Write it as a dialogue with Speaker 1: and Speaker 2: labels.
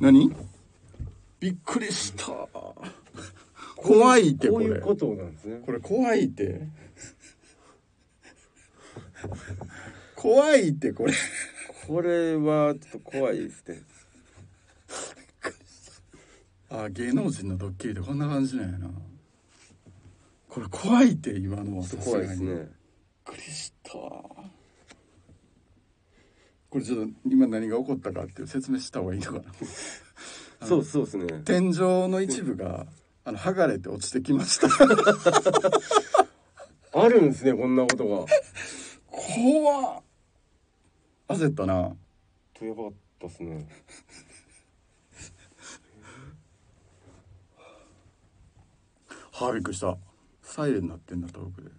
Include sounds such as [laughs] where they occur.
Speaker 1: 何びっくりした怖いって
Speaker 2: こ
Speaker 1: こ
Speaker 2: うい
Speaker 1: れ
Speaker 2: うことなんですね
Speaker 1: これ怖いって怖いってこれ
Speaker 2: これはちょっと怖いですね
Speaker 1: あ芸能人のドッキリってこんな感じなんやなこれ怖いって今のは
Speaker 2: ちょ
Speaker 1: さすが
Speaker 2: っと怖
Speaker 1: に
Speaker 2: いですね
Speaker 1: びっくりしたこれちょっと今何が起こったかっていう説明した方がいいのかな
Speaker 2: そうそうですね
Speaker 1: 天井の一部があの剥がれて落ちてきました
Speaker 2: あるんですねこんなことが
Speaker 1: 怖っ焦ったな
Speaker 2: [laughs] とやばかったですね
Speaker 1: はあびっくりしたサイレン鳴ってんだ遠くで